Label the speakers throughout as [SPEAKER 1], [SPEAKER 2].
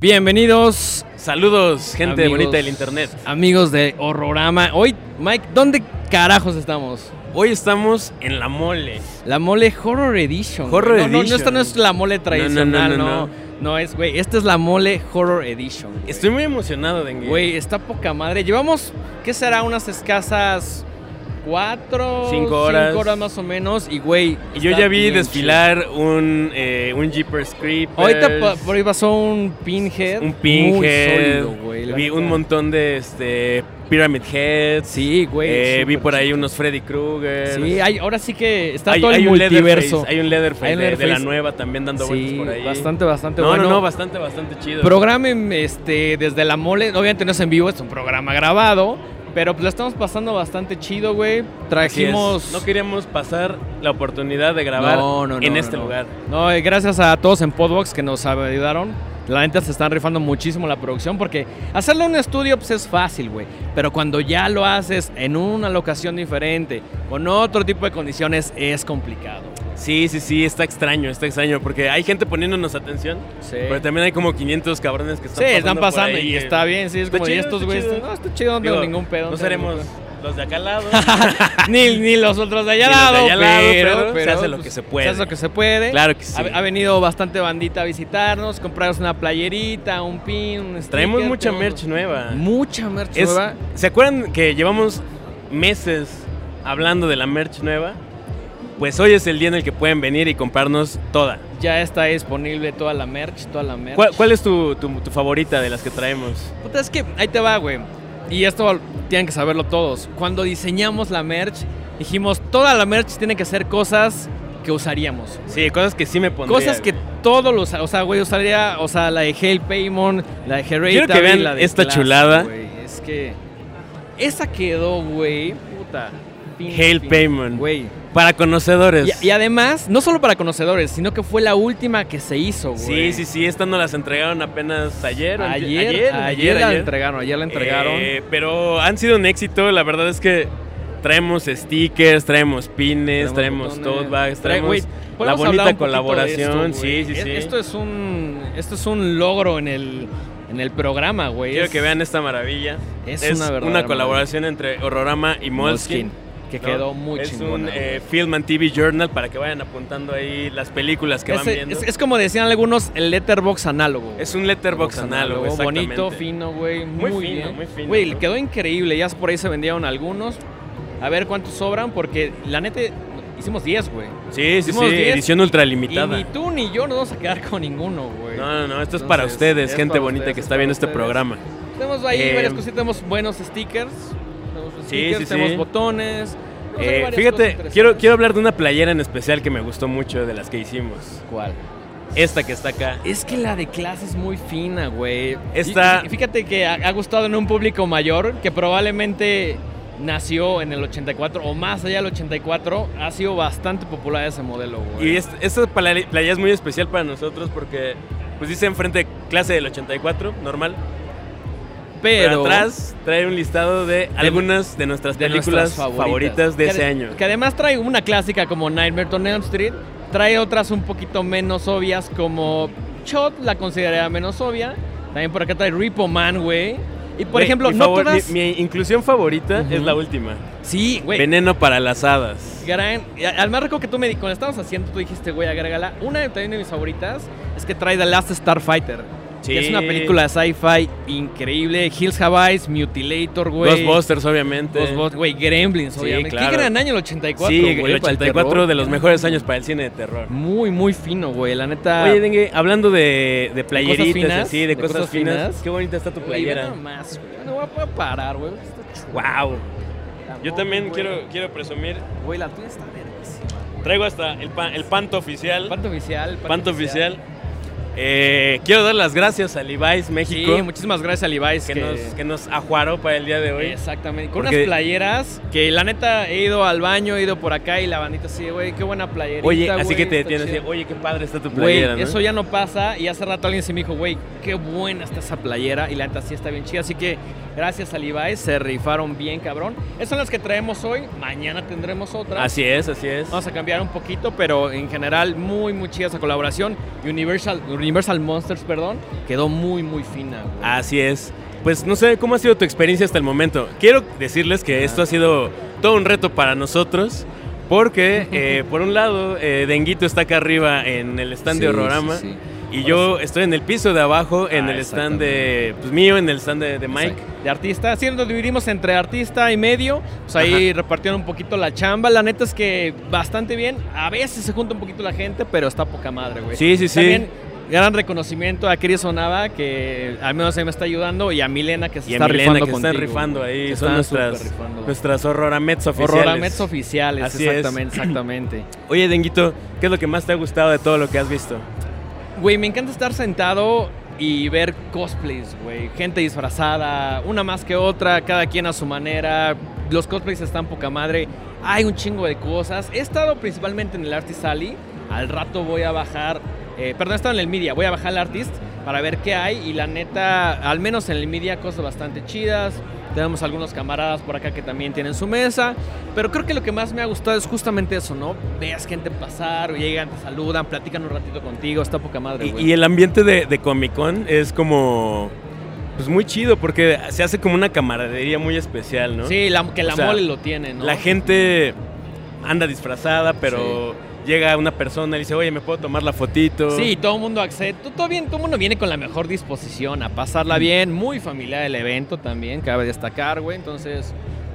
[SPEAKER 1] Bienvenidos,
[SPEAKER 2] Saludos, gente
[SPEAKER 1] Amigos.
[SPEAKER 2] bonita del internet.
[SPEAKER 1] amigos de Horrorama. Hoy, Mike, ¿dónde carajos estamos?
[SPEAKER 2] Hoy estamos en la mole.
[SPEAKER 1] La mole Horror Edition.
[SPEAKER 2] Horror
[SPEAKER 1] No, no, No,
[SPEAKER 2] Edition.
[SPEAKER 1] esta no es la mole tradicional, no.
[SPEAKER 2] no,
[SPEAKER 1] No,
[SPEAKER 2] no, no.
[SPEAKER 1] es, güey. Esta es la mole Horror Edition. güey.
[SPEAKER 2] Estoy muy emocionado, Dengue.
[SPEAKER 1] Güey, está poca madre. Llevamos, ¿qué será? Unas escasas cuatro,
[SPEAKER 2] Cinco horas.
[SPEAKER 1] cinco horas más o menos. Y, güey,
[SPEAKER 2] Y yo
[SPEAKER 1] está
[SPEAKER 2] ya vi
[SPEAKER 1] bien
[SPEAKER 2] desfilar un, eh, un Jeepers Creepers.
[SPEAKER 1] chido. Ahorita pa- por ahí pasó un pinhead.
[SPEAKER 2] un Pinhead.
[SPEAKER 1] Muy sólido, güey. la
[SPEAKER 2] Vi un
[SPEAKER 1] neta.
[SPEAKER 2] montón de este, Pyramid Heads.
[SPEAKER 1] Sí, güey.
[SPEAKER 2] Eh, vi
[SPEAKER 1] súper
[SPEAKER 2] por ahí
[SPEAKER 1] chido.
[SPEAKER 2] unos Freddy Krueger.
[SPEAKER 1] Sí, hay- ahora sí que está
[SPEAKER 2] Hay-
[SPEAKER 1] todo el
[SPEAKER 2] hay un
[SPEAKER 1] multiverso.
[SPEAKER 2] Leatherface, hay un Leatherface,
[SPEAKER 1] Hay un
[SPEAKER 2] de- De, la
[SPEAKER 1] Leatherface.
[SPEAKER 2] nueva también dando vueltas
[SPEAKER 1] Sí,
[SPEAKER 2] por ahí.
[SPEAKER 1] bastante, bastante
[SPEAKER 2] No,
[SPEAKER 1] bueno.
[SPEAKER 2] no, no, bastante, bastante chido.
[SPEAKER 1] Programen este, desde la mole. Obviamente no es en vivo, es un programa grabado. Pero pues lo estamos pasando bastante chido, güey.
[SPEAKER 2] Así es.
[SPEAKER 1] Trajimos.
[SPEAKER 2] No queríamos pasar la oportunidad de grabar
[SPEAKER 1] No, no, no,
[SPEAKER 2] en
[SPEAKER 1] no,
[SPEAKER 2] este
[SPEAKER 1] no.
[SPEAKER 2] lugar.
[SPEAKER 1] No, eh, gracias a todos en Podbox que nos ayudaron. La neta se están rifando muchísimo la producción porque hacerlo en un estudio pues es fácil, güey. Pero cuando ya lo haces en una locación diferente, con otro tipo de condiciones, es complicado.
[SPEAKER 2] Sí, sí, sí, está extraño, está extraño, porque hay gente poniéndonos atención,
[SPEAKER 1] Sí.
[SPEAKER 2] pero también hay como 500 cabrones que
[SPEAKER 1] Sí,
[SPEAKER 2] están pasando.
[SPEAKER 1] están
[SPEAKER 2] por
[SPEAKER 1] pasando
[SPEAKER 2] ahí
[SPEAKER 1] y
[SPEAKER 2] que-
[SPEAKER 1] está bien, sí, es
[SPEAKER 2] Está
[SPEAKER 1] como, y
[SPEAKER 2] chido,
[SPEAKER 1] estos
[SPEAKER 2] está
[SPEAKER 1] güeyes,
[SPEAKER 2] chido.
[SPEAKER 1] no, está chido, no
[SPEAKER 2] Digo,
[SPEAKER 1] tengo ningún pedo.
[SPEAKER 2] No
[SPEAKER 1] tengo ningún
[SPEAKER 2] seremos
[SPEAKER 1] pedo.
[SPEAKER 2] los de acá al lado.
[SPEAKER 1] ni, ni los otros de allá al
[SPEAKER 2] Ni
[SPEAKER 1] lado,
[SPEAKER 2] los de allá al lado,
[SPEAKER 1] pero,
[SPEAKER 2] pero se
[SPEAKER 1] pero,
[SPEAKER 2] hace lo
[SPEAKER 1] pues,
[SPEAKER 2] que se puede.
[SPEAKER 1] Se hace lo que se puede.
[SPEAKER 2] claro que sí.
[SPEAKER 1] Ha, ha venido bastante bandita a visitarnos, comprarnos una playerita, un pin, un sticker,
[SPEAKER 2] Traemos mucha
[SPEAKER 1] tenemos-
[SPEAKER 2] merch nueva.
[SPEAKER 1] Mucha merch
[SPEAKER 2] Es-
[SPEAKER 1] nueva.
[SPEAKER 2] ¿Se acuerdan que llevamos meses hablando de la merch nueva? Pues hoy es el día en el que pueden venir y comprarnos toda.
[SPEAKER 1] Ya está disponible toda la merch, toda la merch.
[SPEAKER 2] ¿Cuál, cuál es tu, tu- tu favorita de las que traemos?
[SPEAKER 1] Puta, es que ahí te va, güey. Y esto tienen que saberlo todos. Cuando diseñamos la merch, dijimos, toda la merch tiene que ser cosas que usaríamos.
[SPEAKER 2] Sí, cosas que sí me pondría.
[SPEAKER 1] Cosas que
[SPEAKER 2] güey.
[SPEAKER 1] todos los, o sea, güey, usaría, o sea, la de Hail Paymon, la de Hereditary,
[SPEAKER 2] Quiero que vean
[SPEAKER 1] la de
[SPEAKER 2] esta
[SPEAKER 1] Class,
[SPEAKER 2] chulada.
[SPEAKER 1] güey. Es que esa quedó, güey, puta. pin,
[SPEAKER 2] Hail
[SPEAKER 1] pin,
[SPEAKER 2] Payment.
[SPEAKER 1] güey.
[SPEAKER 2] Para conocedores.
[SPEAKER 1] Y, y además, no solo para conocedores, sino que fue la última que se hizo, güey.
[SPEAKER 2] Sí, sí, sí, estas nos las entregaron apenas ayer. ante-
[SPEAKER 1] Ayer, ayer, la entregaron, ayer la entregaron.
[SPEAKER 2] Eh, pero han sido un éxito, la verdad es que traemos stickers, traemos pines, traemos,
[SPEAKER 1] botones.
[SPEAKER 2] tote bags,
[SPEAKER 1] Trae-
[SPEAKER 2] traemos
[SPEAKER 1] güey,
[SPEAKER 2] la
[SPEAKER 1] podemos hablar
[SPEAKER 2] bonita
[SPEAKER 1] un poquito de
[SPEAKER 2] colaboración.
[SPEAKER 1] esto,
[SPEAKER 2] sí,
[SPEAKER 1] güey.
[SPEAKER 2] sí,
[SPEAKER 1] Es-
[SPEAKER 2] sí.
[SPEAKER 1] Esto es un, esto es un logro en el, en el programa, güey.
[SPEAKER 2] Quiero
[SPEAKER 1] Es-
[SPEAKER 2] que vean esta maravilla.
[SPEAKER 1] Es,
[SPEAKER 2] Es
[SPEAKER 1] una
[SPEAKER 2] una,
[SPEAKER 1] verdadera
[SPEAKER 2] colaboración entre Horrorama y
[SPEAKER 1] maravilla. Moleskine,
[SPEAKER 2] Moleskine.
[SPEAKER 1] que
[SPEAKER 2] ¿no?
[SPEAKER 1] quedó muy
[SPEAKER 2] es
[SPEAKER 1] chingona.
[SPEAKER 2] un
[SPEAKER 1] güey.
[SPEAKER 2] eh, Film and TV Journal para que vayan apuntando ahí las películas que
[SPEAKER 1] Es-
[SPEAKER 2] van viendo.
[SPEAKER 1] es, es como decían algunos, el letterbox análogo.
[SPEAKER 2] Es un letterbox análogo, exactamente.
[SPEAKER 1] Bonito, fino, güey. Muy,
[SPEAKER 2] Muy fino,
[SPEAKER 1] bien.
[SPEAKER 2] muy fino,
[SPEAKER 1] Güey,
[SPEAKER 2] ¿no?
[SPEAKER 1] quedó increíble. Ya por ahí se vendieron algunos. A ver cuántos sobran, porque la neta hicimos 10, güey.
[SPEAKER 2] Sí, sí, sí,
[SPEAKER 1] Hicimos 10
[SPEAKER 2] edición
[SPEAKER 1] Y
[SPEAKER 2] ultralimitada.
[SPEAKER 1] ni tú ni yo nos vamos a quedar con ninguno, güey.
[SPEAKER 2] No, no, no, esto es para
[SPEAKER 1] Entonces,
[SPEAKER 2] ustedes,
[SPEAKER 1] es
[SPEAKER 2] gente
[SPEAKER 1] para
[SPEAKER 2] bonita
[SPEAKER 1] ustedes,
[SPEAKER 2] que
[SPEAKER 1] es
[SPEAKER 2] está viendo
[SPEAKER 1] para
[SPEAKER 2] este
[SPEAKER 1] ustedes.
[SPEAKER 2] programa.
[SPEAKER 1] Tenemos ahí
[SPEAKER 2] Eh,
[SPEAKER 1] varias cositas, tenemos buenos stickers, tenemos,
[SPEAKER 2] Sí,
[SPEAKER 1] stickers,
[SPEAKER 2] sí, sí.
[SPEAKER 1] tenemos botones. tenemos ahí
[SPEAKER 2] Eh,
[SPEAKER 1] varias cosas
[SPEAKER 2] fíjate,
[SPEAKER 1] interesantes.
[SPEAKER 2] quiero, quiero hablar de una playera en especial que me gustó mucho de las que hicimos.
[SPEAKER 1] ¿Cuál?
[SPEAKER 2] Esta que está acá.
[SPEAKER 1] Es que la de clase es muy fina, güey.
[SPEAKER 2] Esta-
[SPEAKER 1] Y- y Fíjate que ha, ha gustado en un público mayor que probablemente nació en el 84 o más allá del 84. Ha sido bastante popular ese modelo, güey.
[SPEAKER 2] Y es- esta pla- playera es muy especial para nosotros porque, pues dice enfrente clase del 84, normal. Pero, atrás trae un listado de, algunas de nuestras
[SPEAKER 1] de
[SPEAKER 2] películas
[SPEAKER 1] nuestras
[SPEAKER 2] favoritas. de
[SPEAKER 1] Que
[SPEAKER 2] ese
[SPEAKER 1] ade-
[SPEAKER 2] año.
[SPEAKER 1] Que además trae una clásica como Nightmare on Elm Street, trae otras un poquito menos obvias como Shot, la consideraría menos obvia. También por acá trae Repo Man, güey. Y por
[SPEAKER 2] Güey,
[SPEAKER 1] ejemplo,
[SPEAKER 2] mi,
[SPEAKER 1] no
[SPEAKER 2] favor-
[SPEAKER 1] todas-
[SPEAKER 2] mi- mi inclusión favorita es
[SPEAKER 1] Ujú.
[SPEAKER 2] la última.
[SPEAKER 1] Sí, güey.
[SPEAKER 2] Veneno para las hadas.
[SPEAKER 1] Gran, y a- al más rico que tú me di- cuando estábamos haciendo, tú dijiste, güey, agrégala. Una de, también de mis favoritas es que trae The Last Starfighter. Que es una
[SPEAKER 2] Sí.
[SPEAKER 1] película de sci-fi increíble. Hills Have Eyes, Mutilator, güey.
[SPEAKER 2] Ghostbusters, obviamente.
[SPEAKER 1] Ghostbusters, güey. Gremlins,
[SPEAKER 2] Sí,
[SPEAKER 1] obviamente. Qué
[SPEAKER 2] claro.
[SPEAKER 1] gran año el 84,
[SPEAKER 2] sí,
[SPEAKER 1] güey,
[SPEAKER 2] el
[SPEAKER 1] para
[SPEAKER 2] 84
[SPEAKER 1] terror.
[SPEAKER 2] de los mejores años para el cine de terror.
[SPEAKER 1] Muy, muy fino, güey. La neta.
[SPEAKER 2] Oye, Dengue, hablando Ah. de, de playeritas,
[SPEAKER 1] finas,
[SPEAKER 2] así, de,
[SPEAKER 1] de
[SPEAKER 2] cosas,
[SPEAKER 1] cosas
[SPEAKER 2] finas,
[SPEAKER 1] finas.
[SPEAKER 2] Qué bonita está tu
[SPEAKER 1] Güey, ve nada
[SPEAKER 2] playera.
[SPEAKER 1] más, güey. No voy a poder parar, güey. Está chula,
[SPEAKER 2] Wow. Yo
[SPEAKER 1] mamón,
[SPEAKER 2] también
[SPEAKER 1] güey.
[SPEAKER 2] quiero, quiero presumir.
[SPEAKER 1] Güey, la tuya está verguísima.
[SPEAKER 2] Traigo hasta el, pan- el panto oficial.
[SPEAKER 1] Panto oficial.
[SPEAKER 2] Panto ¿Eh? oficial. Eh, quiero dar las gracias a Levi's México.
[SPEAKER 1] Sí, muchísimas gracias a Levi's.
[SPEAKER 2] Que, que... Nos, que nos ajuaró para el día de hoy.
[SPEAKER 1] Exactamente. Con Porque... unas playeras que la neta he ido al baño, he ido por acá y la bandita así, güey, qué buena playera.
[SPEAKER 2] Oye, así wey, que te detienes y oye, qué padre está tu playera.
[SPEAKER 1] Wey, ¿no? Eso ya no pasa. Y hace rato alguien se me dijo, güey, qué buena está esa playera. Y la neta sí está bien chida. Así que gracias a Levi's, se rifaron bien, cabrón. Esas son las que traemos hoy. Mañana tendremos otras.
[SPEAKER 2] Así es, así es.
[SPEAKER 1] Vamos a cambiar un poquito, pero en general, muy, muy chida esa colaboración. Universal. Universal Monsters, perdón, quedó muy, muy fina. Güey.
[SPEAKER 2] Así es. Pues no sé cómo ha sido tu experiencia hasta el momento. Quiero decirles que ah. esto ha sido todo un reto para nosotros. Porque, eh, por un lado, eh, Denguito está acá arriba en el stand sí, de Horrorama. Sí, sí. Y Ahora yo estoy en el piso de abajo, ah, en el stand de pues, mío, en el stand de, de Mike. Exacto.
[SPEAKER 1] De artista. Así nos dividimos entre artista y medio. Pues ahí Ajá. repartieron un poquito la chamba. La neta es que bastante bien. A veces se junta un poquito la gente, pero está poca madre, güey.
[SPEAKER 2] Sí, sí,
[SPEAKER 1] También, sí gran reconocimiento a Cris Sonaba, que al menos se me está ayudando, y a Milena, que se y está a Milena, rifando
[SPEAKER 2] que
[SPEAKER 1] contigo,
[SPEAKER 2] están rifando ahí. Que son nuestras, rifando. nuestras horroramets oficiales.
[SPEAKER 1] Horroramets oficiales, Así exactamente, es. exactamente.
[SPEAKER 2] Oye, Denguito, ¿qué es lo que más te ha gustado de todo lo que has visto?
[SPEAKER 1] Güey, me encanta estar sentado y ver cosplays, güey. Gente disfrazada, una más que otra, cada quien a su manera. Los cosplays están poca madre. Hay un chingo de cosas. He estado principalmente en el Artist Alley. Al rato voy a bajar eh, perdón, estaba en el media. Voy a bajar al artist para ver qué hay. Y la neta, al menos en el media, cosas bastante chidas. Tenemos algunos camaradas por acá que también tienen su mesa. Pero creo que lo que más me ha gustado es justamente eso, ¿no? Veas gente pasar, llegan, te saludan, platican un ratito contigo. Está poca madre, güey.
[SPEAKER 2] Y, y, el ambiente de, de Comic Con es como pues muy chido porque se hace como una camaradería muy especial, ¿no?
[SPEAKER 1] Sí, la, que la o sea, mole lo tiene, ¿no?
[SPEAKER 2] La gente anda disfrazada, pero... Sí llega una persona y dice, oye, ¿me puedo tomar la fotito?
[SPEAKER 1] Sí, todo el mundo accede, todo bien, todo el mundo viene con la mejor disposición a pasarla bien, muy familiar el evento también, cabe destacar, güey, entonces...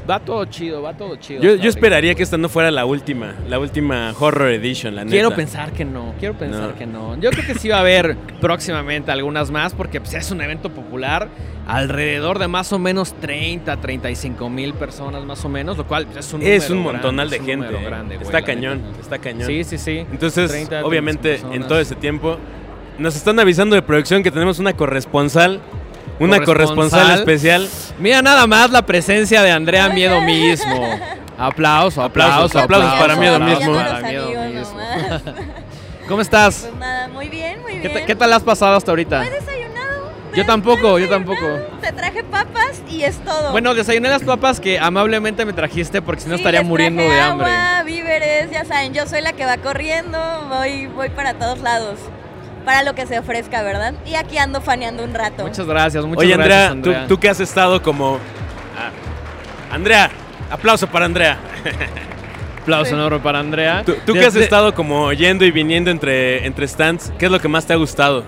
[SPEAKER 1] Va todo chido, va todo chido.
[SPEAKER 2] Yo, yo esperaría rico, que esta no fuera la última, la última Horror Edition, la neta.
[SPEAKER 1] Quiero pensar que no, quiero pensar no. que no. Yo creo que sí va a haber próximamente algunas más porque pues, es un evento popular alrededor de más o menos 30, 35 mil personas más o menos, lo cual pues, es un
[SPEAKER 2] Es
[SPEAKER 1] un grande,
[SPEAKER 2] montonal de
[SPEAKER 1] es un
[SPEAKER 2] gente. Grande, güey, está cañón, neta. está cañón.
[SPEAKER 1] Sí, sí, sí.
[SPEAKER 2] Entonces, 30, obviamente, en todo ese tiempo, nos están avisando de producción que tenemos una corresponsal una corresponsal. corresponsal. especial.
[SPEAKER 1] Mira nada más la presencia de Andrea Miedo mismo. Aplauso, aplauso, aplausos, aplausos, aplausos
[SPEAKER 2] para Miedo
[SPEAKER 1] aplausos,
[SPEAKER 2] mismo.
[SPEAKER 1] Para miedo mismo. ¿Cómo estás?
[SPEAKER 3] Pues nada, muy bien, muy
[SPEAKER 1] ¿Qué
[SPEAKER 3] bien. Pues
[SPEAKER 1] ¿Qué, tal has pasado hasta ahorita?
[SPEAKER 3] No he desayunado. No
[SPEAKER 1] yo tampoco, no yo tampoco.
[SPEAKER 3] Te traje papas y es todo.
[SPEAKER 1] Bueno, desayuné las papas que amablemente me trajiste porque si no sí, estaría
[SPEAKER 3] les
[SPEAKER 1] muriendo de hambre.
[SPEAKER 3] Agua, víveres, ya saben, yo soy la que va corriendo, voy, voy para todos lados para lo que se ofrezca, ¿verdad? Y aquí ando faneando un rato.
[SPEAKER 1] Muchas gracias, muchas
[SPEAKER 2] Oye, Andrea,
[SPEAKER 1] gracias, Andrea.
[SPEAKER 2] ¿tú, tú que has estado como... Ah. Andrea, aplauso para Andrea.
[SPEAKER 1] aplauso sí. enorme para Andrea.
[SPEAKER 2] ¿Tú, tú que has estado como yendo y viniendo entre, entre stands, qué es lo que más te ha gustado?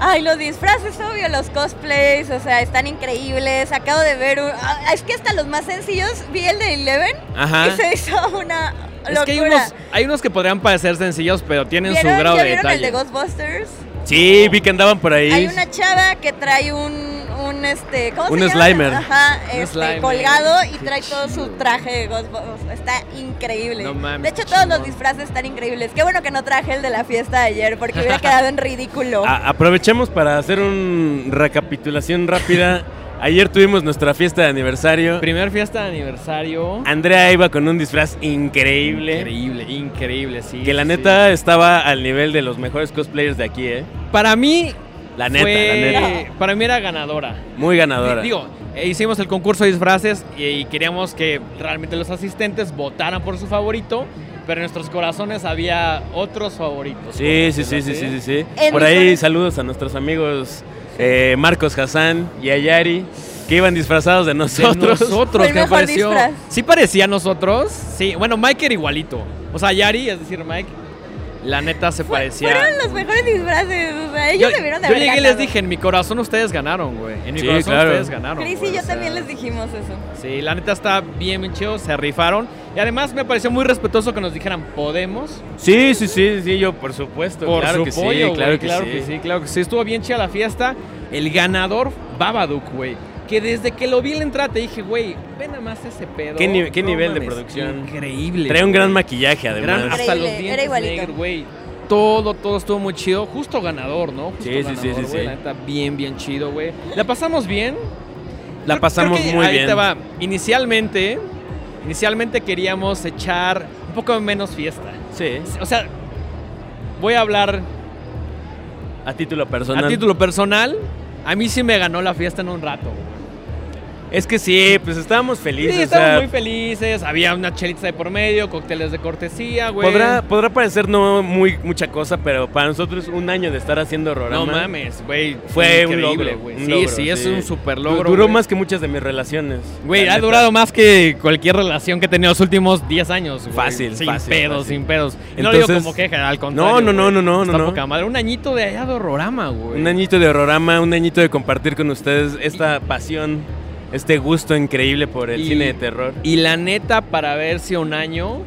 [SPEAKER 3] Ay, los disfraces, obvio, los cosplays, o sea, están increíbles. Acabo de ver, un... ah, es que hasta los más sencillos, vi el de Eleven Ajá. y se hizo una,
[SPEAKER 1] Ah. es Locura. que hay unos, hay unos, que podrían parecer sencillos, pero tienen su grado
[SPEAKER 3] ¿ya
[SPEAKER 1] de detalle.
[SPEAKER 3] el de Ghostbusters?
[SPEAKER 2] Sí, vi que andaban por ahí.
[SPEAKER 3] Hay una chava que trae un, un este, ¿cómo
[SPEAKER 2] un
[SPEAKER 3] se
[SPEAKER 2] slimer.
[SPEAKER 3] Llama? Ajá, un este, slimer. colgado y Qué trae chido. todo su traje de Ghostbusters. Está increíble. No mames, de hecho, todos los disfraces están increíbles. Qué bueno que no traje el de la fiesta de ayer porque hubiera quedado en ridículo.
[SPEAKER 1] Ah,
[SPEAKER 2] A aprovechemos para hacer una recapitulación rápida. Ayer tuvimos nuestra fiesta de aniversario.
[SPEAKER 1] Primer fiesta de aniversario.
[SPEAKER 2] Andrea iba con un disfraz increíble.
[SPEAKER 1] Increíble, increíble, sí.
[SPEAKER 2] Que la
[SPEAKER 1] sí.
[SPEAKER 2] neta estaba al nivel de los mejores cosplayers de aquí, ¿eh?
[SPEAKER 1] Para mí.
[SPEAKER 2] La neta,
[SPEAKER 1] fue...
[SPEAKER 2] la neta.
[SPEAKER 1] Para mí era ganadora.
[SPEAKER 2] Muy ganadora.
[SPEAKER 1] Digo, eh, hicimos el concurso de disfraces y queríamos que realmente los asistentes votaran por su favorito pero en nuestros corazones había otros favoritos.
[SPEAKER 2] Sí, sí, sí, sí, sí, sí, sí, Por ahí saludos a nuestros amigos eh, Marcos Hassan y Ayari. Que iban disfrazados de nosotros.
[SPEAKER 1] De nosotros, que pareció. Disfraz. Sí parecía a nosotros. Sí, bueno, Mike era igualito. O sea, Yari, es decir, Mike, la neta se
[SPEAKER 3] Fue,
[SPEAKER 1] parecía.
[SPEAKER 3] Fueron los mejores disfraces. O sea, ellos
[SPEAKER 1] yo,
[SPEAKER 3] debieron
[SPEAKER 1] de Yo llegué y les dije, en mi corazón ustedes ganaron, güey. En mi sí, corazón claro. ustedes ganaron.
[SPEAKER 3] Chris y
[SPEAKER 1] güey,
[SPEAKER 3] yo o sea. también les dijimos eso.
[SPEAKER 1] Sí, la neta está bien, bien chido. Se rifaron. Y además me pareció muy respetuoso que nos dijeran, ¿podemos?
[SPEAKER 2] Sí, sí, sí, sí, yo por supuesto.
[SPEAKER 1] Por
[SPEAKER 2] claro
[SPEAKER 1] su
[SPEAKER 2] que
[SPEAKER 1] pollo,
[SPEAKER 2] sí, claro, que,
[SPEAKER 1] claro
[SPEAKER 2] sí.
[SPEAKER 1] que sí, claro que sí. Estuvo bien chida la fiesta. El ganador, Babadook, güey que desde que lo vi en la entrada te dije, güey, ve nada más ese pedo.
[SPEAKER 2] ¿Qué, ni qué no nivel mames, de producción?
[SPEAKER 1] Increíble.
[SPEAKER 2] Trae un gran maquillaje, además.
[SPEAKER 1] Gran, hasta los dientes güey. todo, todo estuvo muy chido. Justo ganador, ¿no? Justo
[SPEAKER 2] Sí, sí, sí,
[SPEAKER 1] ganador,
[SPEAKER 2] sí, sí.
[SPEAKER 1] güey. La neta, bien, bien chido, güey. ¿La pasamos bien?
[SPEAKER 2] La
[SPEAKER 1] Creo-
[SPEAKER 2] pasamos
[SPEAKER 1] creo que
[SPEAKER 2] muy
[SPEAKER 1] ahí
[SPEAKER 2] bien.
[SPEAKER 1] te va. Inicialmente, inicialmente queríamos echar un poco menos fiesta.
[SPEAKER 2] Sí,
[SPEAKER 1] O sea, voy a hablar
[SPEAKER 2] a título personal.
[SPEAKER 1] a título personal. A mí sí me ganó la fiesta en un rato. güey.
[SPEAKER 2] Es que sí, pues estábamos felices.
[SPEAKER 1] Sí,
[SPEAKER 2] o
[SPEAKER 1] estábamos
[SPEAKER 2] sea,
[SPEAKER 1] muy felices. Había una chelita de por medio, cócteles de cortesía, güey.
[SPEAKER 2] podrá, podrá parecer no muy mucha cosa, pero para nosotros un año de estar haciendo
[SPEAKER 1] No
[SPEAKER 2] Rorama.
[SPEAKER 1] mames, güey.
[SPEAKER 2] Fue un
[SPEAKER 1] increíble,
[SPEAKER 2] logro,
[SPEAKER 1] güey.
[SPEAKER 2] un
[SPEAKER 1] Sí,
[SPEAKER 2] logro,
[SPEAKER 1] sí, es
[SPEAKER 2] sí.
[SPEAKER 1] un super logro.
[SPEAKER 2] Duró
[SPEAKER 1] güey.
[SPEAKER 2] más que muchas de mis relaciones.
[SPEAKER 1] Güey,
[SPEAKER 2] la
[SPEAKER 1] ha
[SPEAKER 2] neta.
[SPEAKER 1] durado más que cualquier relación que he tenido los últimos 10 años. güey.
[SPEAKER 2] Fácil,
[SPEAKER 1] sin
[SPEAKER 2] fácil,
[SPEAKER 1] pedos,
[SPEAKER 2] fácil.
[SPEAKER 1] sin pedos. Y no lo digo
[SPEAKER 2] Entonces-
[SPEAKER 1] como queja, al contrario.
[SPEAKER 2] No, no, no,
[SPEAKER 1] güey.
[SPEAKER 2] no, no,
[SPEAKER 1] Está
[SPEAKER 2] no. no.
[SPEAKER 1] poca madre. Un añito de allá de horrorama, güey.
[SPEAKER 2] Un añito de horrorama, un añito de compartir con ustedes esta pasión, este gusto increíble por el
[SPEAKER 1] Y-
[SPEAKER 2] cine de terror.
[SPEAKER 1] Y la neta, para ver si un año,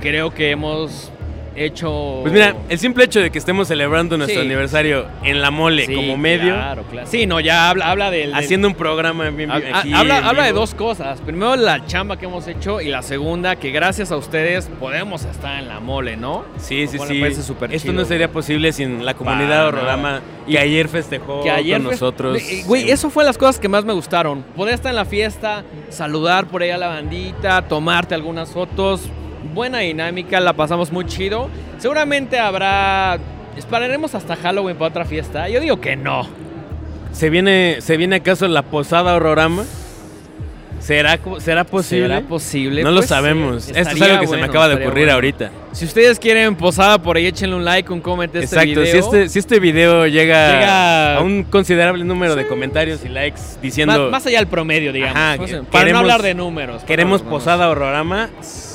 [SPEAKER 1] creo que hemos hecho.
[SPEAKER 2] Pues mira, el simple hecho de que estemos celebrando nuestro
[SPEAKER 1] Sí.
[SPEAKER 2] aniversario en la mole
[SPEAKER 1] Sí,
[SPEAKER 2] como medio,
[SPEAKER 1] Claro, claro. Sí, no, ya habla, habla del. del-
[SPEAKER 2] haciendo un programa bien
[SPEAKER 1] Ha-
[SPEAKER 2] bien
[SPEAKER 1] ha-
[SPEAKER 2] aquí
[SPEAKER 1] Ah, habla,
[SPEAKER 2] en
[SPEAKER 1] habla de
[SPEAKER 2] vivo.
[SPEAKER 1] dos cosas. Primero, la chamba que hemos hecho. Y la segunda, que gracias a ustedes podemos estar en la mole, ¿no?
[SPEAKER 2] Sí,
[SPEAKER 1] Lo
[SPEAKER 2] sí,
[SPEAKER 1] cual me
[SPEAKER 2] sí.
[SPEAKER 1] parece súper
[SPEAKER 2] Esto
[SPEAKER 1] chido,
[SPEAKER 2] no
[SPEAKER 1] güey.
[SPEAKER 2] sería posible sin la comunidad
[SPEAKER 1] Para
[SPEAKER 2] de Horrorama
[SPEAKER 1] nada.
[SPEAKER 2] que ayer festejó
[SPEAKER 1] que ayer
[SPEAKER 2] con
[SPEAKER 1] fue-
[SPEAKER 2] nosotros.
[SPEAKER 1] Eh, Güey, eso fue las cosas que más me gustaron. Poder estar en la fiesta, saludar por ahí a la bandita, tomarte algunas fotos. Buena dinámica, la pasamos muy chido. Seguramente habrá. Esperaremos hasta Halloween para otra fiesta. Yo digo que no.
[SPEAKER 2] ¿Se viene, ¿Se viene acaso la posada Horrorama? ¿Será, co- será posible?
[SPEAKER 1] ¿Será posible?
[SPEAKER 2] No lo
[SPEAKER 1] Pues sí,
[SPEAKER 2] sabemos. Esto es
[SPEAKER 1] estaría
[SPEAKER 2] algo que se me
[SPEAKER 1] bueno,
[SPEAKER 2] acaba de
[SPEAKER 1] estaría
[SPEAKER 2] ocurrir
[SPEAKER 1] bueno.
[SPEAKER 2] ahorita.
[SPEAKER 1] Si ustedes quieren posada por ahí, échenle un like, un comment a este
[SPEAKER 2] Exacto,
[SPEAKER 1] video.
[SPEAKER 2] si este, si este video llega,
[SPEAKER 1] Llega-
[SPEAKER 2] a un considerable número de comentarios y likes diciendo
[SPEAKER 1] más, más allá del promedio, digamos.
[SPEAKER 2] Ajá,
[SPEAKER 1] Pues,
[SPEAKER 2] que-
[SPEAKER 1] para no
[SPEAKER 2] queremos-
[SPEAKER 1] hablar de números.
[SPEAKER 2] queremos
[SPEAKER 1] Para no-
[SPEAKER 2] posada horrorama,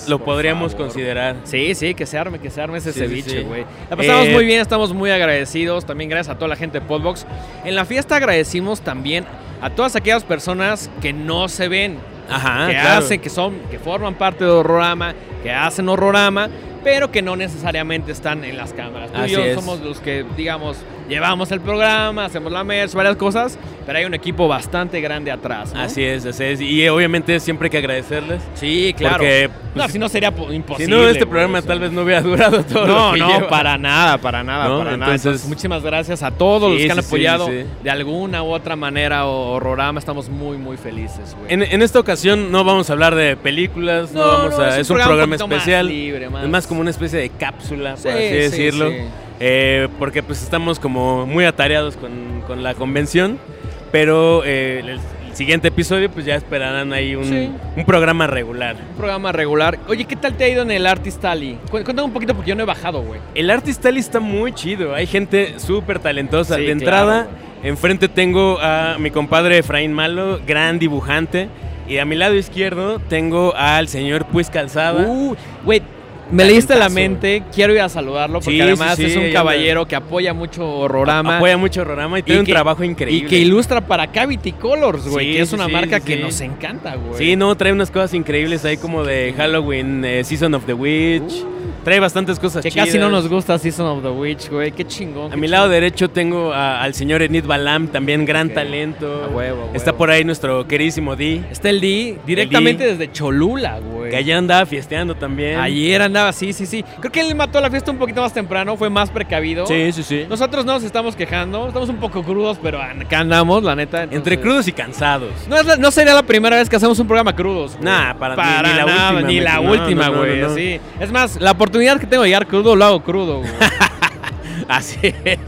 [SPEAKER 2] lo
[SPEAKER 1] Por
[SPEAKER 2] podríamos
[SPEAKER 1] favor.
[SPEAKER 2] considerar.
[SPEAKER 1] Sí, sí, que se arme, que se arme ese
[SPEAKER 2] Sí, sí,
[SPEAKER 1] ceviche,
[SPEAKER 2] sí.
[SPEAKER 1] güey. La pasamos
[SPEAKER 2] Eh,
[SPEAKER 1] muy bien, estamos muy agradecidos. También gracias a toda la gente de Podbox. En la fiesta agradecimos también a todas aquellas personas que no se ven,
[SPEAKER 2] Ajá,
[SPEAKER 1] que
[SPEAKER 2] Ah, claro.
[SPEAKER 1] hacen, que son, que forman parte de Horrorama, que hacen Horrorama, pero que no necesariamente están en las cámaras. Tú y
[SPEAKER 2] Así
[SPEAKER 1] yo
[SPEAKER 2] es.
[SPEAKER 1] somos los que, digamos, llevamos el programa, hacemos la merch, varias cosas, pero hay un equipo bastante grande atrás. ¿no?
[SPEAKER 2] Así es, así es. Y eh, obviamente siempre hay que agradecerles.
[SPEAKER 1] Sí, claro.
[SPEAKER 2] Porque, pues,
[SPEAKER 1] no, si no sería po-
[SPEAKER 2] Si
[SPEAKER 1] imposible.
[SPEAKER 2] no, este
[SPEAKER 1] güey,
[SPEAKER 2] programa
[SPEAKER 1] o sea.
[SPEAKER 2] tal vez no hubiera durado todo lo
[SPEAKER 1] No,
[SPEAKER 2] que
[SPEAKER 1] no,
[SPEAKER 2] lleva.
[SPEAKER 1] para nada, para nada,
[SPEAKER 2] ¿No?
[SPEAKER 1] para nada.
[SPEAKER 2] Entonces-
[SPEAKER 1] Entonces, muchísimas gracias a todos los
[SPEAKER 2] Sí,
[SPEAKER 1] que han
[SPEAKER 2] sí, sí,
[SPEAKER 1] apoyado
[SPEAKER 2] sí, sí.
[SPEAKER 1] de alguna u otra manera o Horrorama. Estamos muy, muy felices, güey.
[SPEAKER 2] En, en esta ocasión no vamos a hablar de películas, no, vamos a. Es, un programa,
[SPEAKER 1] poquito
[SPEAKER 2] especial.
[SPEAKER 1] Más libre, más.
[SPEAKER 2] Es más como una especie de cápsula,
[SPEAKER 1] Sí,
[SPEAKER 2] por así
[SPEAKER 1] sí,
[SPEAKER 2] decirlo.
[SPEAKER 1] sí.
[SPEAKER 2] Eh, porque pues estamos como muy atareados con, con la convención. Pero eh, el, el siguiente episodio, pues ya esperarán ahí un,
[SPEAKER 1] Sí.
[SPEAKER 2] un programa regular.
[SPEAKER 1] Un programa regular. Oye, ¿qué tal te ha ido en el Artist Alley? Cu- Cuéntame un poquito porque yo no he bajado, güey.
[SPEAKER 2] El Artist Alley está muy chido. Hay gente súper talentosa.
[SPEAKER 1] Sí,
[SPEAKER 2] de
[SPEAKER 1] claro,
[SPEAKER 2] entrada, enfrente tengo a mi compadre Efraín Malo, gran dibujante. Y a mi lado izquierdo tengo al señor Puis Calzada.
[SPEAKER 1] Uh, Güey, me leíste la
[SPEAKER 2] Talentazo.
[SPEAKER 1] mente. Quiero ir a saludarlo porque
[SPEAKER 2] Sí, sí,
[SPEAKER 1] además
[SPEAKER 2] sí,
[SPEAKER 1] es
[SPEAKER 2] ahí
[SPEAKER 1] un
[SPEAKER 2] anda.
[SPEAKER 1] caballero que apoya mucho Horrorama.
[SPEAKER 2] Apoya mucho el programa y tiene un
[SPEAKER 1] que-
[SPEAKER 2] trabajo increíble.
[SPEAKER 1] Y que ilustra para Cavity Colors, güey,
[SPEAKER 2] Sí,
[SPEAKER 1] que es
[SPEAKER 2] sí,
[SPEAKER 1] una
[SPEAKER 2] sí,
[SPEAKER 1] marca
[SPEAKER 2] sí,
[SPEAKER 1] que
[SPEAKER 2] sí.
[SPEAKER 1] nos encanta, güey.
[SPEAKER 2] Sí, no, trae unas cosas increíbles ahí como de Halloween, eh, Season of the Witch.
[SPEAKER 1] Uh.
[SPEAKER 2] Trae bastantes cosas
[SPEAKER 1] Que
[SPEAKER 2] chidas.
[SPEAKER 1] casi no nos gusta Season of the Witch, güey. Qué chingón.
[SPEAKER 2] A
[SPEAKER 1] qué
[SPEAKER 2] mi lado
[SPEAKER 1] chingón.
[SPEAKER 2] derecho tengo a- al señor Enid Balam, también gran
[SPEAKER 1] Ok.
[SPEAKER 2] talento.
[SPEAKER 1] A huevo, a
[SPEAKER 2] Está
[SPEAKER 1] huevo.
[SPEAKER 2] por ahí nuestro queridísimo Di,
[SPEAKER 1] Está el D directamente desde Cholula, güey.
[SPEAKER 2] que allá andaba fiesteando también.
[SPEAKER 1] Ayer andaba, sí, sí, sí. Creo que él mató la fiesta un poquito más temprano, fue más precavido.
[SPEAKER 2] Sí, sí, sí.
[SPEAKER 1] Nosotros no nos estamos quejando, estamos un poco crudos, pero acá andamos, la neta. entonces-
[SPEAKER 2] Entre crudos y cansados.
[SPEAKER 1] No, es la- no sería la primera vez que hacemos un programa crudos. güey.
[SPEAKER 2] Nah, para- ni-
[SPEAKER 1] para
[SPEAKER 2] ni la
[SPEAKER 1] nada,
[SPEAKER 2] última,
[SPEAKER 1] Ni
[SPEAKER 2] me-
[SPEAKER 1] la
[SPEAKER 2] no,
[SPEAKER 1] última,
[SPEAKER 2] no, no,
[SPEAKER 1] güey.
[SPEAKER 2] no, no.
[SPEAKER 1] así. Es más, la oportunidad que tengo de llegar crudo, lo hago crudo, güey.
[SPEAKER 2] Así es.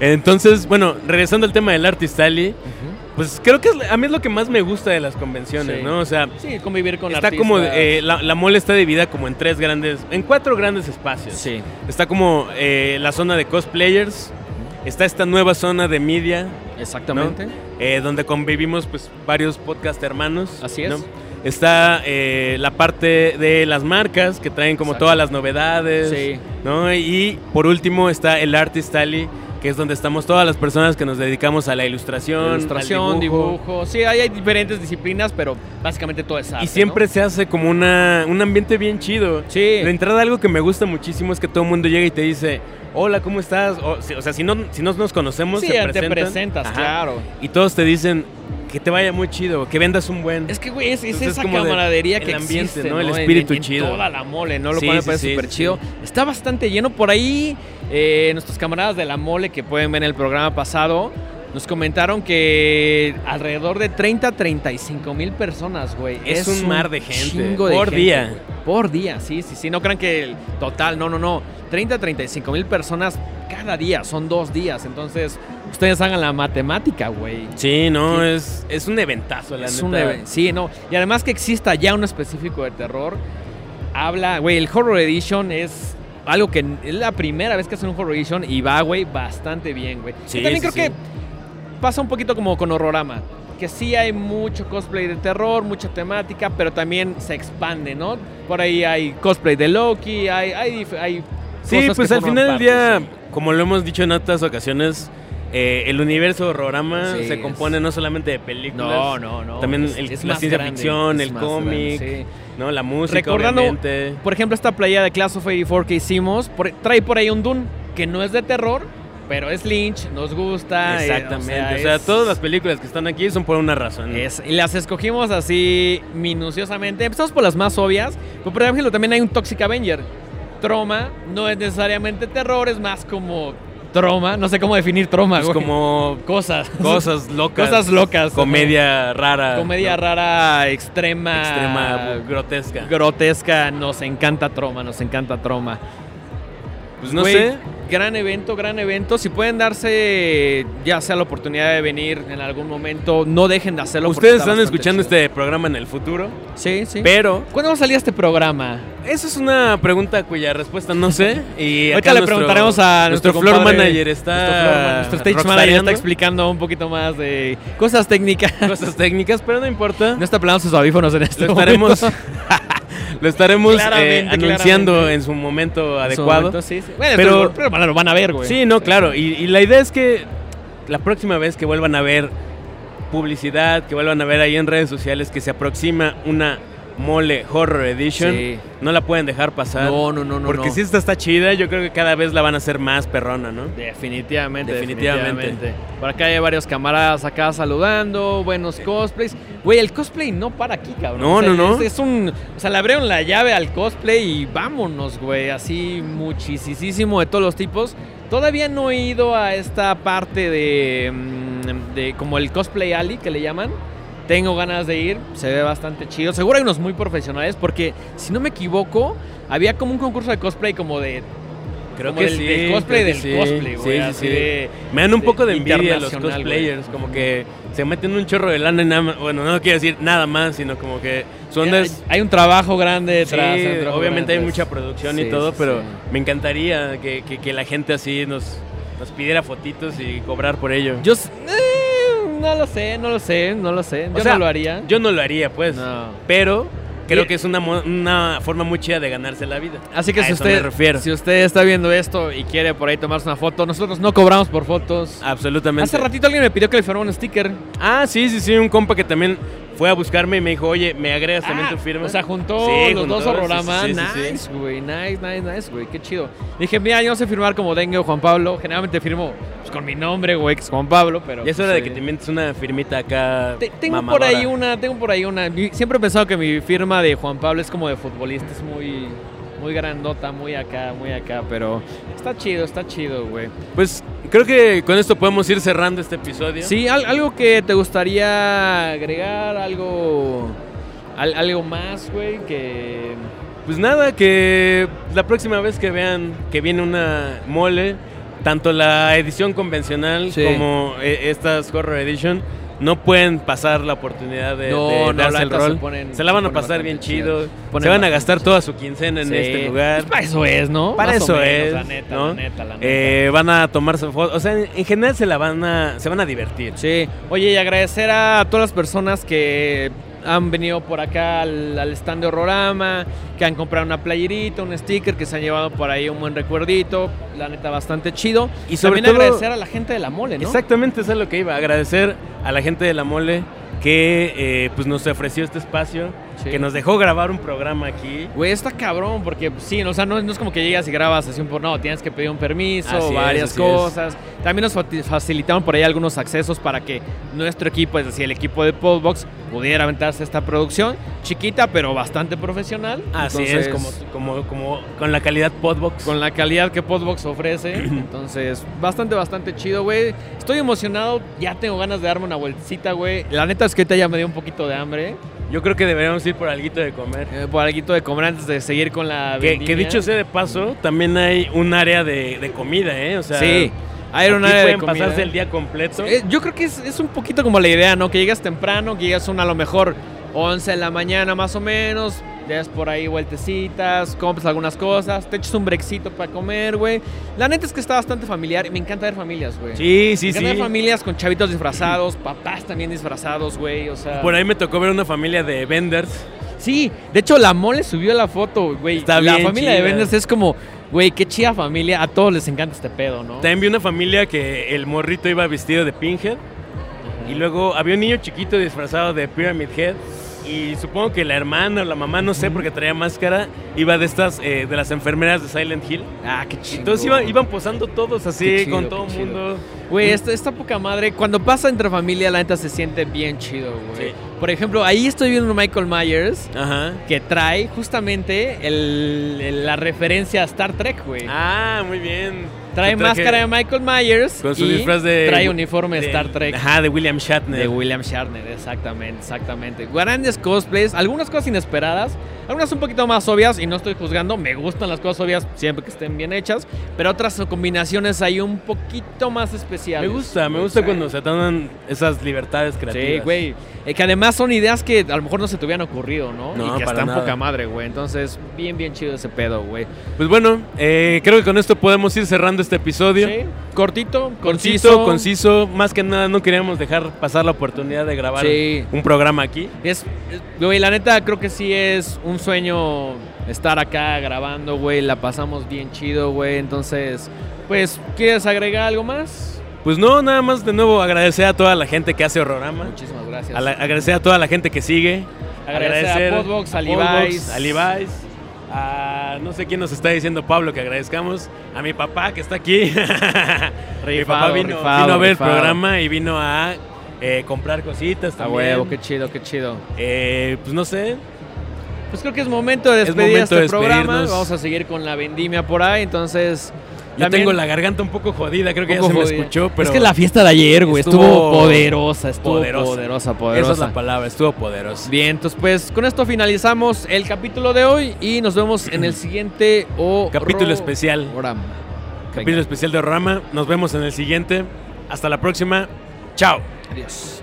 [SPEAKER 2] Entonces, bueno, regresando al tema del Artist Alley, pues creo que es- a mí es lo que más me gusta de las convenciones,
[SPEAKER 1] Sí.
[SPEAKER 2] ¿no? O sea,
[SPEAKER 1] sí, convivir con
[SPEAKER 2] está
[SPEAKER 1] artistas.
[SPEAKER 2] como eh, la, la mole está dividida como en tres grandes, en cuatro grandes espacios.
[SPEAKER 1] Sí.
[SPEAKER 2] Está como eh, la zona de cosplayers, está esta nueva zona de media,
[SPEAKER 1] Exactamente.
[SPEAKER 2] eh, donde convivimos pues varios podcast hermanos.
[SPEAKER 1] Así es.
[SPEAKER 2] ¿no? Está eh, la parte de las marcas que traen como
[SPEAKER 1] Exacto.
[SPEAKER 2] todas las novedades,
[SPEAKER 1] Sí.
[SPEAKER 2] ¿no? Y por último está el Artist Alley, que es donde estamos todas las personas que nos dedicamos a la ilustración, al
[SPEAKER 1] Ilustración,
[SPEAKER 2] dibujo.
[SPEAKER 1] dibujo. Sí, ahí hay diferentes disciplinas, pero básicamente todo es arte.
[SPEAKER 2] Y siempre
[SPEAKER 1] ¿no?
[SPEAKER 2] se hace como una, un ambiente bien chido.
[SPEAKER 1] Sí.
[SPEAKER 2] De entrada, algo que me gusta muchísimo es que todo el mundo llega y te dice, hola, ¿cómo estás? O, si- o sea, si no, si no nos conocemos,
[SPEAKER 1] Sí,
[SPEAKER 2] se
[SPEAKER 1] te
[SPEAKER 2] presentan.
[SPEAKER 1] presentas,
[SPEAKER 2] Ajá.
[SPEAKER 1] claro.
[SPEAKER 2] Y todos te dicen, que te vaya muy chido, que vendas un buen.
[SPEAKER 1] Es que, güey, es, es esa camaradería que
[SPEAKER 2] el ambiente,
[SPEAKER 1] existe,
[SPEAKER 2] ¿no? El espíritu
[SPEAKER 1] En- en
[SPEAKER 2] chido.
[SPEAKER 1] toda la mole, ¿no? Lo
[SPEAKER 2] Sí,
[SPEAKER 1] cual me
[SPEAKER 2] sí,
[SPEAKER 1] parece
[SPEAKER 2] sí,
[SPEAKER 1] súper
[SPEAKER 2] sí,
[SPEAKER 1] chido.
[SPEAKER 2] sí.
[SPEAKER 1] Está bastante lleno por ahí. eh, nuestros camaradas de la mole que pueden ver en el programa pasado nos comentaron que alrededor de 30 a 35 mil personas, güey.
[SPEAKER 2] Es un mar de gente,
[SPEAKER 1] chingo de
[SPEAKER 2] por
[SPEAKER 1] gente,
[SPEAKER 2] día.
[SPEAKER 1] güey. Por día, sí, sí, sí. No crean que el total, no, no, no. 30 a 35 mil personas cada día, son dos días. Entonces, ustedes hagan la matemática, güey.
[SPEAKER 2] Sí, no,
[SPEAKER 1] Sí.
[SPEAKER 2] Es, es un eventazo, la
[SPEAKER 1] Es
[SPEAKER 2] neta.
[SPEAKER 1] un even- sí, no. Y además que exista ya uno específico de terror, habla, güey, el Horror Edition es algo que n- es la primera vez que hacen un Horror Edition y va, güey, bastante bien, güey.
[SPEAKER 2] Sí,
[SPEAKER 1] Yo también
[SPEAKER 2] sí,
[SPEAKER 1] creo que pasa un poquito como con Horrorama, que sí hay mucho cosplay de terror, mucha temática, pero también se expande, ¿no? Por ahí hay cosplay de Loki, hay... hay, dif- hay
[SPEAKER 2] Sí,
[SPEAKER 1] cosas
[SPEAKER 2] pues
[SPEAKER 1] que
[SPEAKER 2] al
[SPEAKER 1] forman
[SPEAKER 2] final del
[SPEAKER 1] parte,
[SPEAKER 2] día,
[SPEAKER 1] sí.
[SPEAKER 2] como lo hemos dicho en otras ocasiones, eh, el universo de horrorama
[SPEAKER 1] Sí,
[SPEAKER 2] se
[SPEAKER 1] es-
[SPEAKER 2] compone no solamente de películas,
[SPEAKER 1] No, no, no.
[SPEAKER 2] También
[SPEAKER 1] es-
[SPEAKER 2] el-
[SPEAKER 1] es
[SPEAKER 2] la
[SPEAKER 1] más
[SPEAKER 2] ciencia
[SPEAKER 1] grande,
[SPEAKER 2] ficción,
[SPEAKER 1] es
[SPEAKER 2] el
[SPEAKER 1] más grande,
[SPEAKER 2] cómic,
[SPEAKER 1] sí.
[SPEAKER 2] ¿no? La música,
[SPEAKER 1] Recordando-
[SPEAKER 2] obviamente.
[SPEAKER 1] Por ejemplo, esta playa de Class of 84 que hicimos, por- trae por ahí un Dune, que no es de terror, pero es Lynch, nos gusta. eh,
[SPEAKER 2] Exactamente. o sea,
[SPEAKER 1] es-
[SPEAKER 2] todas las películas que están aquí son por una razón.
[SPEAKER 1] es- y las escogimos así minuciosamente. Empezamos por las más obvias. Pero por ejemplo, también hay un Toxic Avenger. Troma no es necesariamente terror, es más como troma. No sé cómo definir troma,
[SPEAKER 2] Pues
[SPEAKER 1] güey.
[SPEAKER 2] como
[SPEAKER 1] cosas.
[SPEAKER 2] cosas locas.
[SPEAKER 1] Cosas locas.
[SPEAKER 2] Comedia rara.
[SPEAKER 1] ¿no? Comedia
[SPEAKER 2] ¿no?
[SPEAKER 1] rara, extrema.
[SPEAKER 2] Extrema, grotesca.
[SPEAKER 1] grotesca. Nos encanta troma, nos encanta troma.
[SPEAKER 2] pues no
[SPEAKER 1] Güey,
[SPEAKER 2] sé.
[SPEAKER 1] Gran evento, gran evento. Si pueden darse ya sea la oportunidad de venir en algún momento, no dejen de hacerlo. porque
[SPEAKER 2] Ustedes
[SPEAKER 1] está
[SPEAKER 2] están
[SPEAKER 1] bastante
[SPEAKER 2] escuchando
[SPEAKER 1] chido.
[SPEAKER 2] este programa en el futuro,
[SPEAKER 1] Sí, sí.
[SPEAKER 2] pero
[SPEAKER 1] ¿Cuándo va a salir este programa?
[SPEAKER 2] Esa es una pregunta cuya respuesta no sé. Y
[SPEAKER 1] Ahorita
[SPEAKER 2] acá
[SPEAKER 1] le
[SPEAKER 2] nuestro-
[SPEAKER 1] preguntaremos a nuestro,
[SPEAKER 2] nuestro, floor
[SPEAKER 1] compadre,
[SPEAKER 2] manager.
[SPEAKER 1] nuestro, floor man-
[SPEAKER 2] Está
[SPEAKER 1] nuestro stage manager está
[SPEAKER 2] rockstareando
[SPEAKER 1] explicando un poquito más de cosas técnicas.
[SPEAKER 2] cosas técnicas, pero no importa.
[SPEAKER 1] No está plegando sus audífonos en este
[SPEAKER 2] lo estaremos,
[SPEAKER 1] momento.
[SPEAKER 2] lo estaremos eh,
[SPEAKER 1] Claramente,
[SPEAKER 2] anunciando
[SPEAKER 1] claramente.
[SPEAKER 2] en su momento
[SPEAKER 1] En su
[SPEAKER 2] adecuado.
[SPEAKER 1] momento, sí, sí. Bueno,
[SPEAKER 2] Pero-
[SPEAKER 1] pero, pero, bueno, lo van a ver, güey.
[SPEAKER 2] sí, no, claro. Y, y la idea es que la próxima vez que vuelvan a ver publicidad, que vuelvan a ver ahí en redes sociales que se aproxima una mole horror edition,
[SPEAKER 1] Sí.
[SPEAKER 2] no la pueden dejar pasar.
[SPEAKER 1] No, no, no, no.
[SPEAKER 2] porque
[SPEAKER 1] no.
[SPEAKER 2] si esta está chida, yo creo que cada vez la van a hacer más perrona, ¿no?
[SPEAKER 1] Definitivamente, definitivamente.
[SPEAKER 2] Definitivamente.
[SPEAKER 1] Por acá hay varios camaradas acá saludando, buenos cosplays. Güey, el cosplay no para aquí, cabrón.
[SPEAKER 2] No,
[SPEAKER 1] O sea,
[SPEAKER 2] no, no.
[SPEAKER 1] Es, es un, o sea, le abrieron la llave al cosplay y vámonos, güey. Así muchísimo de todos los tipos. Todavía no he ido a esta parte de, mm, de como el cosplay alley que le llaman. Tengo ganas de ir, se ve bastante chido. Seguro hay unos muy profesionales porque, si no me equivoco, había como un concurso de cosplay como de
[SPEAKER 2] Creo
[SPEAKER 1] Como del- del cosplay del cosplay, güey, así de-
[SPEAKER 2] Me dan un poco de
[SPEAKER 1] de
[SPEAKER 2] envidia los
[SPEAKER 1] internacional,
[SPEAKER 2] cosplayers, como que se meten un chorro de lana y nada más- Bueno, no quiero decir nada más, sino como que su onda es.
[SPEAKER 1] Hay un trabajo grande
[SPEAKER 2] Sí,
[SPEAKER 1] detrás. un trabajo
[SPEAKER 2] obviamente hay
[SPEAKER 1] grande
[SPEAKER 2] mucha
[SPEAKER 1] detrás.
[SPEAKER 2] producción
[SPEAKER 1] Sí,
[SPEAKER 2] y todo,
[SPEAKER 1] sí,
[SPEAKER 2] pero
[SPEAKER 1] sí.
[SPEAKER 2] me encantaría que, que- que la gente así nos, nos pidiera fotitos y cobrar por ello. Yo,
[SPEAKER 1] Yo. s- eh, no lo sé, no lo sé, no lo sé. Yo
[SPEAKER 2] sea,
[SPEAKER 1] no lo haría.
[SPEAKER 2] no lo haría, pues.
[SPEAKER 1] No.
[SPEAKER 2] Pero creo
[SPEAKER 1] Y-
[SPEAKER 2] que es una, mo- una forma muy chida de ganarse la vida.
[SPEAKER 1] Así que
[SPEAKER 2] A
[SPEAKER 1] si
[SPEAKER 2] eso me
[SPEAKER 1] usted,
[SPEAKER 2] refiero.
[SPEAKER 1] si usted está viendo esto y quiere por ahí tomarse una foto, nosotros no cobramos por fotos.
[SPEAKER 2] Absolutamente.
[SPEAKER 1] Hace ratito alguien me pidió que le firmara un sticker.
[SPEAKER 2] Ah, sí, sí, sí, un compa que también fue a buscarme y me dijo, oye, ¿me agregas también
[SPEAKER 1] Ah,
[SPEAKER 2] tu firma?
[SPEAKER 1] O sea, juntó
[SPEAKER 2] Sí,
[SPEAKER 1] los dos
[SPEAKER 2] juntó, sí,
[SPEAKER 1] hororamas.
[SPEAKER 2] sí, sí, sí,
[SPEAKER 1] nice, güey. Nice, nice, nice, güey. Qué chido. Dije, mira, yo no sé firmar como Dengue o Juan Pablo. Generalmente firmo pues, con mi nombre, güey, que es Juan Pablo, pero.
[SPEAKER 2] Ya es hora
[SPEAKER 1] pues,
[SPEAKER 2] de que
[SPEAKER 1] eh,
[SPEAKER 2] te inventes una firmita acá.
[SPEAKER 1] Te- tengo
[SPEAKER 2] mamadora.
[SPEAKER 1] por ahí una, tengo por ahí una. Mi- Siempre he pensado que mi firma de Juan Pablo es como de futbolista, es muy, muy grandota, muy acá, muy acá, pero está chido, está chido, güey.
[SPEAKER 2] Pues creo que con esto podemos ir cerrando este episodio.
[SPEAKER 1] Sí, al- algo que te gustaría agregar, algo, al- algo más, güey, que
[SPEAKER 2] Pues nada, que la próxima vez que vean que viene una mole, tanto la edición convencional
[SPEAKER 1] Sí.
[SPEAKER 2] como eh, estas Horror Edition, no pueden pasar la oportunidad de,
[SPEAKER 1] No,
[SPEAKER 2] de
[SPEAKER 1] no, la
[SPEAKER 2] darse el
[SPEAKER 1] neta se
[SPEAKER 2] rol.
[SPEAKER 1] ponen-
[SPEAKER 2] se la van
[SPEAKER 1] se
[SPEAKER 2] a
[SPEAKER 1] ponen
[SPEAKER 2] pasar bien
[SPEAKER 1] bastante chido.
[SPEAKER 2] chido.
[SPEAKER 1] Ponen
[SPEAKER 2] Se van a
[SPEAKER 1] bastante
[SPEAKER 2] gastar toda su quincena en
[SPEAKER 1] Sí.
[SPEAKER 2] este lugar.
[SPEAKER 1] Pues para eso es, ¿no?
[SPEAKER 2] Para
[SPEAKER 1] Más o
[SPEAKER 2] eso
[SPEAKER 1] menos,
[SPEAKER 2] es,
[SPEAKER 1] La neta,
[SPEAKER 2] ¿no?
[SPEAKER 1] la neta, la neta.
[SPEAKER 2] Eh, van a tomarse fotos. O sea, en, en general se la van a, se van a divertir.
[SPEAKER 1] Sí, oye, y agradecer a todas las personas que han venido por acá al, al stand de Horrorama, que han comprado una playerita, un sticker, que se han llevado por ahí un buen recuerdito, la neta bastante chido.
[SPEAKER 2] Y sobre
[SPEAKER 1] También
[SPEAKER 2] todo-
[SPEAKER 1] agradecer a la gente de la mole, ¿no?
[SPEAKER 2] Exactamente, eso es lo que iba. Agradecer a la gente de la mole que eh, pues nos ofreció este espacio,
[SPEAKER 1] Sí.
[SPEAKER 2] que nos dejó grabar un programa aquí.
[SPEAKER 1] Güey, está cabrón, porque sí, o sea, no, no es como que llegas y grabas sesión por no, tienes que pedir un permiso,
[SPEAKER 2] Así es,
[SPEAKER 1] varias
[SPEAKER 2] así es.
[SPEAKER 1] cosas. También nos facilitaron por ahí algunos accesos para que nuestro equipo, es decir, el equipo de Podbox, pudiera aventarse esta producción chiquita pero bastante profesional.
[SPEAKER 2] Así
[SPEAKER 1] Entonces,
[SPEAKER 2] es, como, como, como con la calidad Podbox.
[SPEAKER 1] con la calidad que Podbox ofrece. Entonces, bastante, bastante chido, güey. Estoy emocionado, ya tengo ganas de darme una vueltita, güey. La neta es que ahorita ya me dio un poquito de hambre.
[SPEAKER 2] Yo creo que deberíamos ir por alguito de comer.
[SPEAKER 1] eh, por algo de comer antes de seguir con la.
[SPEAKER 2] Que, que
[SPEAKER 1] vendimia.
[SPEAKER 2] dicho sea de paso, también hay un área de, de comida, ¿eh? O sea,
[SPEAKER 1] sí, hay
[SPEAKER 2] aquí
[SPEAKER 1] un área de
[SPEAKER 2] pueden
[SPEAKER 1] comida.
[SPEAKER 2] pasarse el día completo.
[SPEAKER 1] Eh, yo creo que es, es un poquito como la idea, ¿no? Que llegas temprano, que llegas una a lo mejor 11 de la mañana más o menos, das por ahí vueltecitas, compras algunas cosas, te echas un brexito para comer, güey. La neta es que está bastante familiar y me encanta ver familias, güey.
[SPEAKER 2] Sí, sí,
[SPEAKER 1] me encanta
[SPEAKER 2] sí.
[SPEAKER 1] ver familias con chavitos disfrazados, papás también disfrazados, güey, o sea...
[SPEAKER 2] Por ahí me tocó ver una familia de venders.
[SPEAKER 1] Sí, de hecho la mole subió la foto, güey.
[SPEAKER 2] Está
[SPEAKER 1] la
[SPEAKER 2] bien
[SPEAKER 1] familia de
[SPEAKER 2] chida.
[SPEAKER 1] Vendes es como, güey, qué chida familia, a todos les encanta este pedo, ¿no?
[SPEAKER 2] También vi una familia que el morrito iba vestido de Pinhead. Y luego había un niño chiquito disfrazado de Pyramid Head. Y supongo que la hermana o la mamá, no sé, porque traía máscara, iba de estas, eh, de las enfermeras de Silent Hill.
[SPEAKER 1] Ah, qué chido.
[SPEAKER 2] Entonces iban, iban posando todos así,
[SPEAKER 1] Qué chido,
[SPEAKER 2] con
[SPEAKER 1] qué
[SPEAKER 2] todo el
[SPEAKER 1] chido.
[SPEAKER 2] mundo.
[SPEAKER 1] Güey, esta, esta poca madre, cuando pasa entre familia, la neta se siente bien chido, güey.
[SPEAKER 2] Sí.
[SPEAKER 1] Por ejemplo, ahí estoy viendo a Michael Myers
[SPEAKER 2] Ajá.
[SPEAKER 1] que trae justamente el- el- la referencia a Star Trek, güey.
[SPEAKER 2] Ah, muy bien.
[SPEAKER 1] trae
[SPEAKER 2] Su traje
[SPEAKER 1] máscara de Michael Myers
[SPEAKER 2] Con su
[SPEAKER 1] y
[SPEAKER 2] disfraz de.
[SPEAKER 1] trae uniforme de
[SPEAKER 2] de-
[SPEAKER 1] Star Trek.
[SPEAKER 2] Ajá, de William Shatner.
[SPEAKER 1] De William Shatner, exactamente, exactamente. Grandes cosplays, algunas cosas inesperadas, algunas un poquito más obvias y no estoy juzgando, me gustan las cosas obvias siempre que estén bien hechas, pero otras combinaciones ahí un poquito más
[SPEAKER 2] me
[SPEAKER 1] especiales.
[SPEAKER 2] gusta, me gusta
[SPEAKER 1] Exacto.
[SPEAKER 2] cuando se toman esas libertades creativas.
[SPEAKER 1] Sí, güey. Eh, que además son ideas que a lo mejor no se te hubieran ocurrido, ¿no?
[SPEAKER 2] No,
[SPEAKER 1] y que
[SPEAKER 2] para
[SPEAKER 1] están
[SPEAKER 2] nada.
[SPEAKER 1] poca madre, güey. Entonces, bien, bien chido ese pedo, güey.
[SPEAKER 2] Pues bueno, eh, creo que con esto podemos ir cerrando este episodio.
[SPEAKER 1] Sí, Cortito, conciso.
[SPEAKER 2] Conciso, conciso. Más que nada, no queríamos dejar pasar la oportunidad de grabar
[SPEAKER 1] Sí.
[SPEAKER 2] un programa aquí.
[SPEAKER 1] Es, es- güey, la neta creo que sí es un sueño estar acá grabando, güey. La pasamos bien chido, güey. Entonces, pues, ¿quieres agregar algo más?
[SPEAKER 2] Pues no, nada más de nuevo agradecer a toda la gente que hace Horrorama.
[SPEAKER 1] Muchísimas gracias.
[SPEAKER 2] A la- agradecer a toda la gente que sigue.
[SPEAKER 1] Agradecer a Podbox, a Levi's.
[SPEAKER 2] a Levi's, a- no sé quién nos está diciendo Pablo que agradezcamos. A mi papá que está aquí. mi papá
[SPEAKER 1] Rifado,
[SPEAKER 2] vino,
[SPEAKER 1] rifado,
[SPEAKER 2] vino a ver
[SPEAKER 1] rifado.
[SPEAKER 2] el programa y vino a eh, comprar cositas
[SPEAKER 1] A
[SPEAKER 2] también.
[SPEAKER 1] huevo, qué chido, qué chido.
[SPEAKER 2] Eh, pues no sé.
[SPEAKER 1] Pues creo que es momento de despedir
[SPEAKER 2] momento de
[SPEAKER 1] este programa.
[SPEAKER 2] despedirnos.
[SPEAKER 1] Vamos a seguir con la vendimia por ahí. Entonces,
[SPEAKER 2] Yo
[SPEAKER 1] también-
[SPEAKER 2] tengo la garganta un poco jodida, creo que ya
[SPEAKER 1] poco
[SPEAKER 2] se me
[SPEAKER 1] jodida.
[SPEAKER 2] escuchó, pero
[SPEAKER 1] Es que la fiesta de ayer, güey, estuvo,
[SPEAKER 2] estuvo
[SPEAKER 1] poderosa, estuvo
[SPEAKER 2] poderosa.
[SPEAKER 1] poderosa, poderosa,
[SPEAKER 2] esa es la palabra, estuvo poderosa.
[SPEAKER 1] Bien, entonces pues con esto finalizamos el capítulo de hoy y nos vemos en el siguiente o
[SPEAKER 2] Capítulo especial.
[SPEAKER 1] programa.
[SPEAKER 2] Capítulo especial de Horrorama. Nos vemos en el siguiente. Hasta la próxima. Chao.
[SPEAKER 1] Venga, Adiós.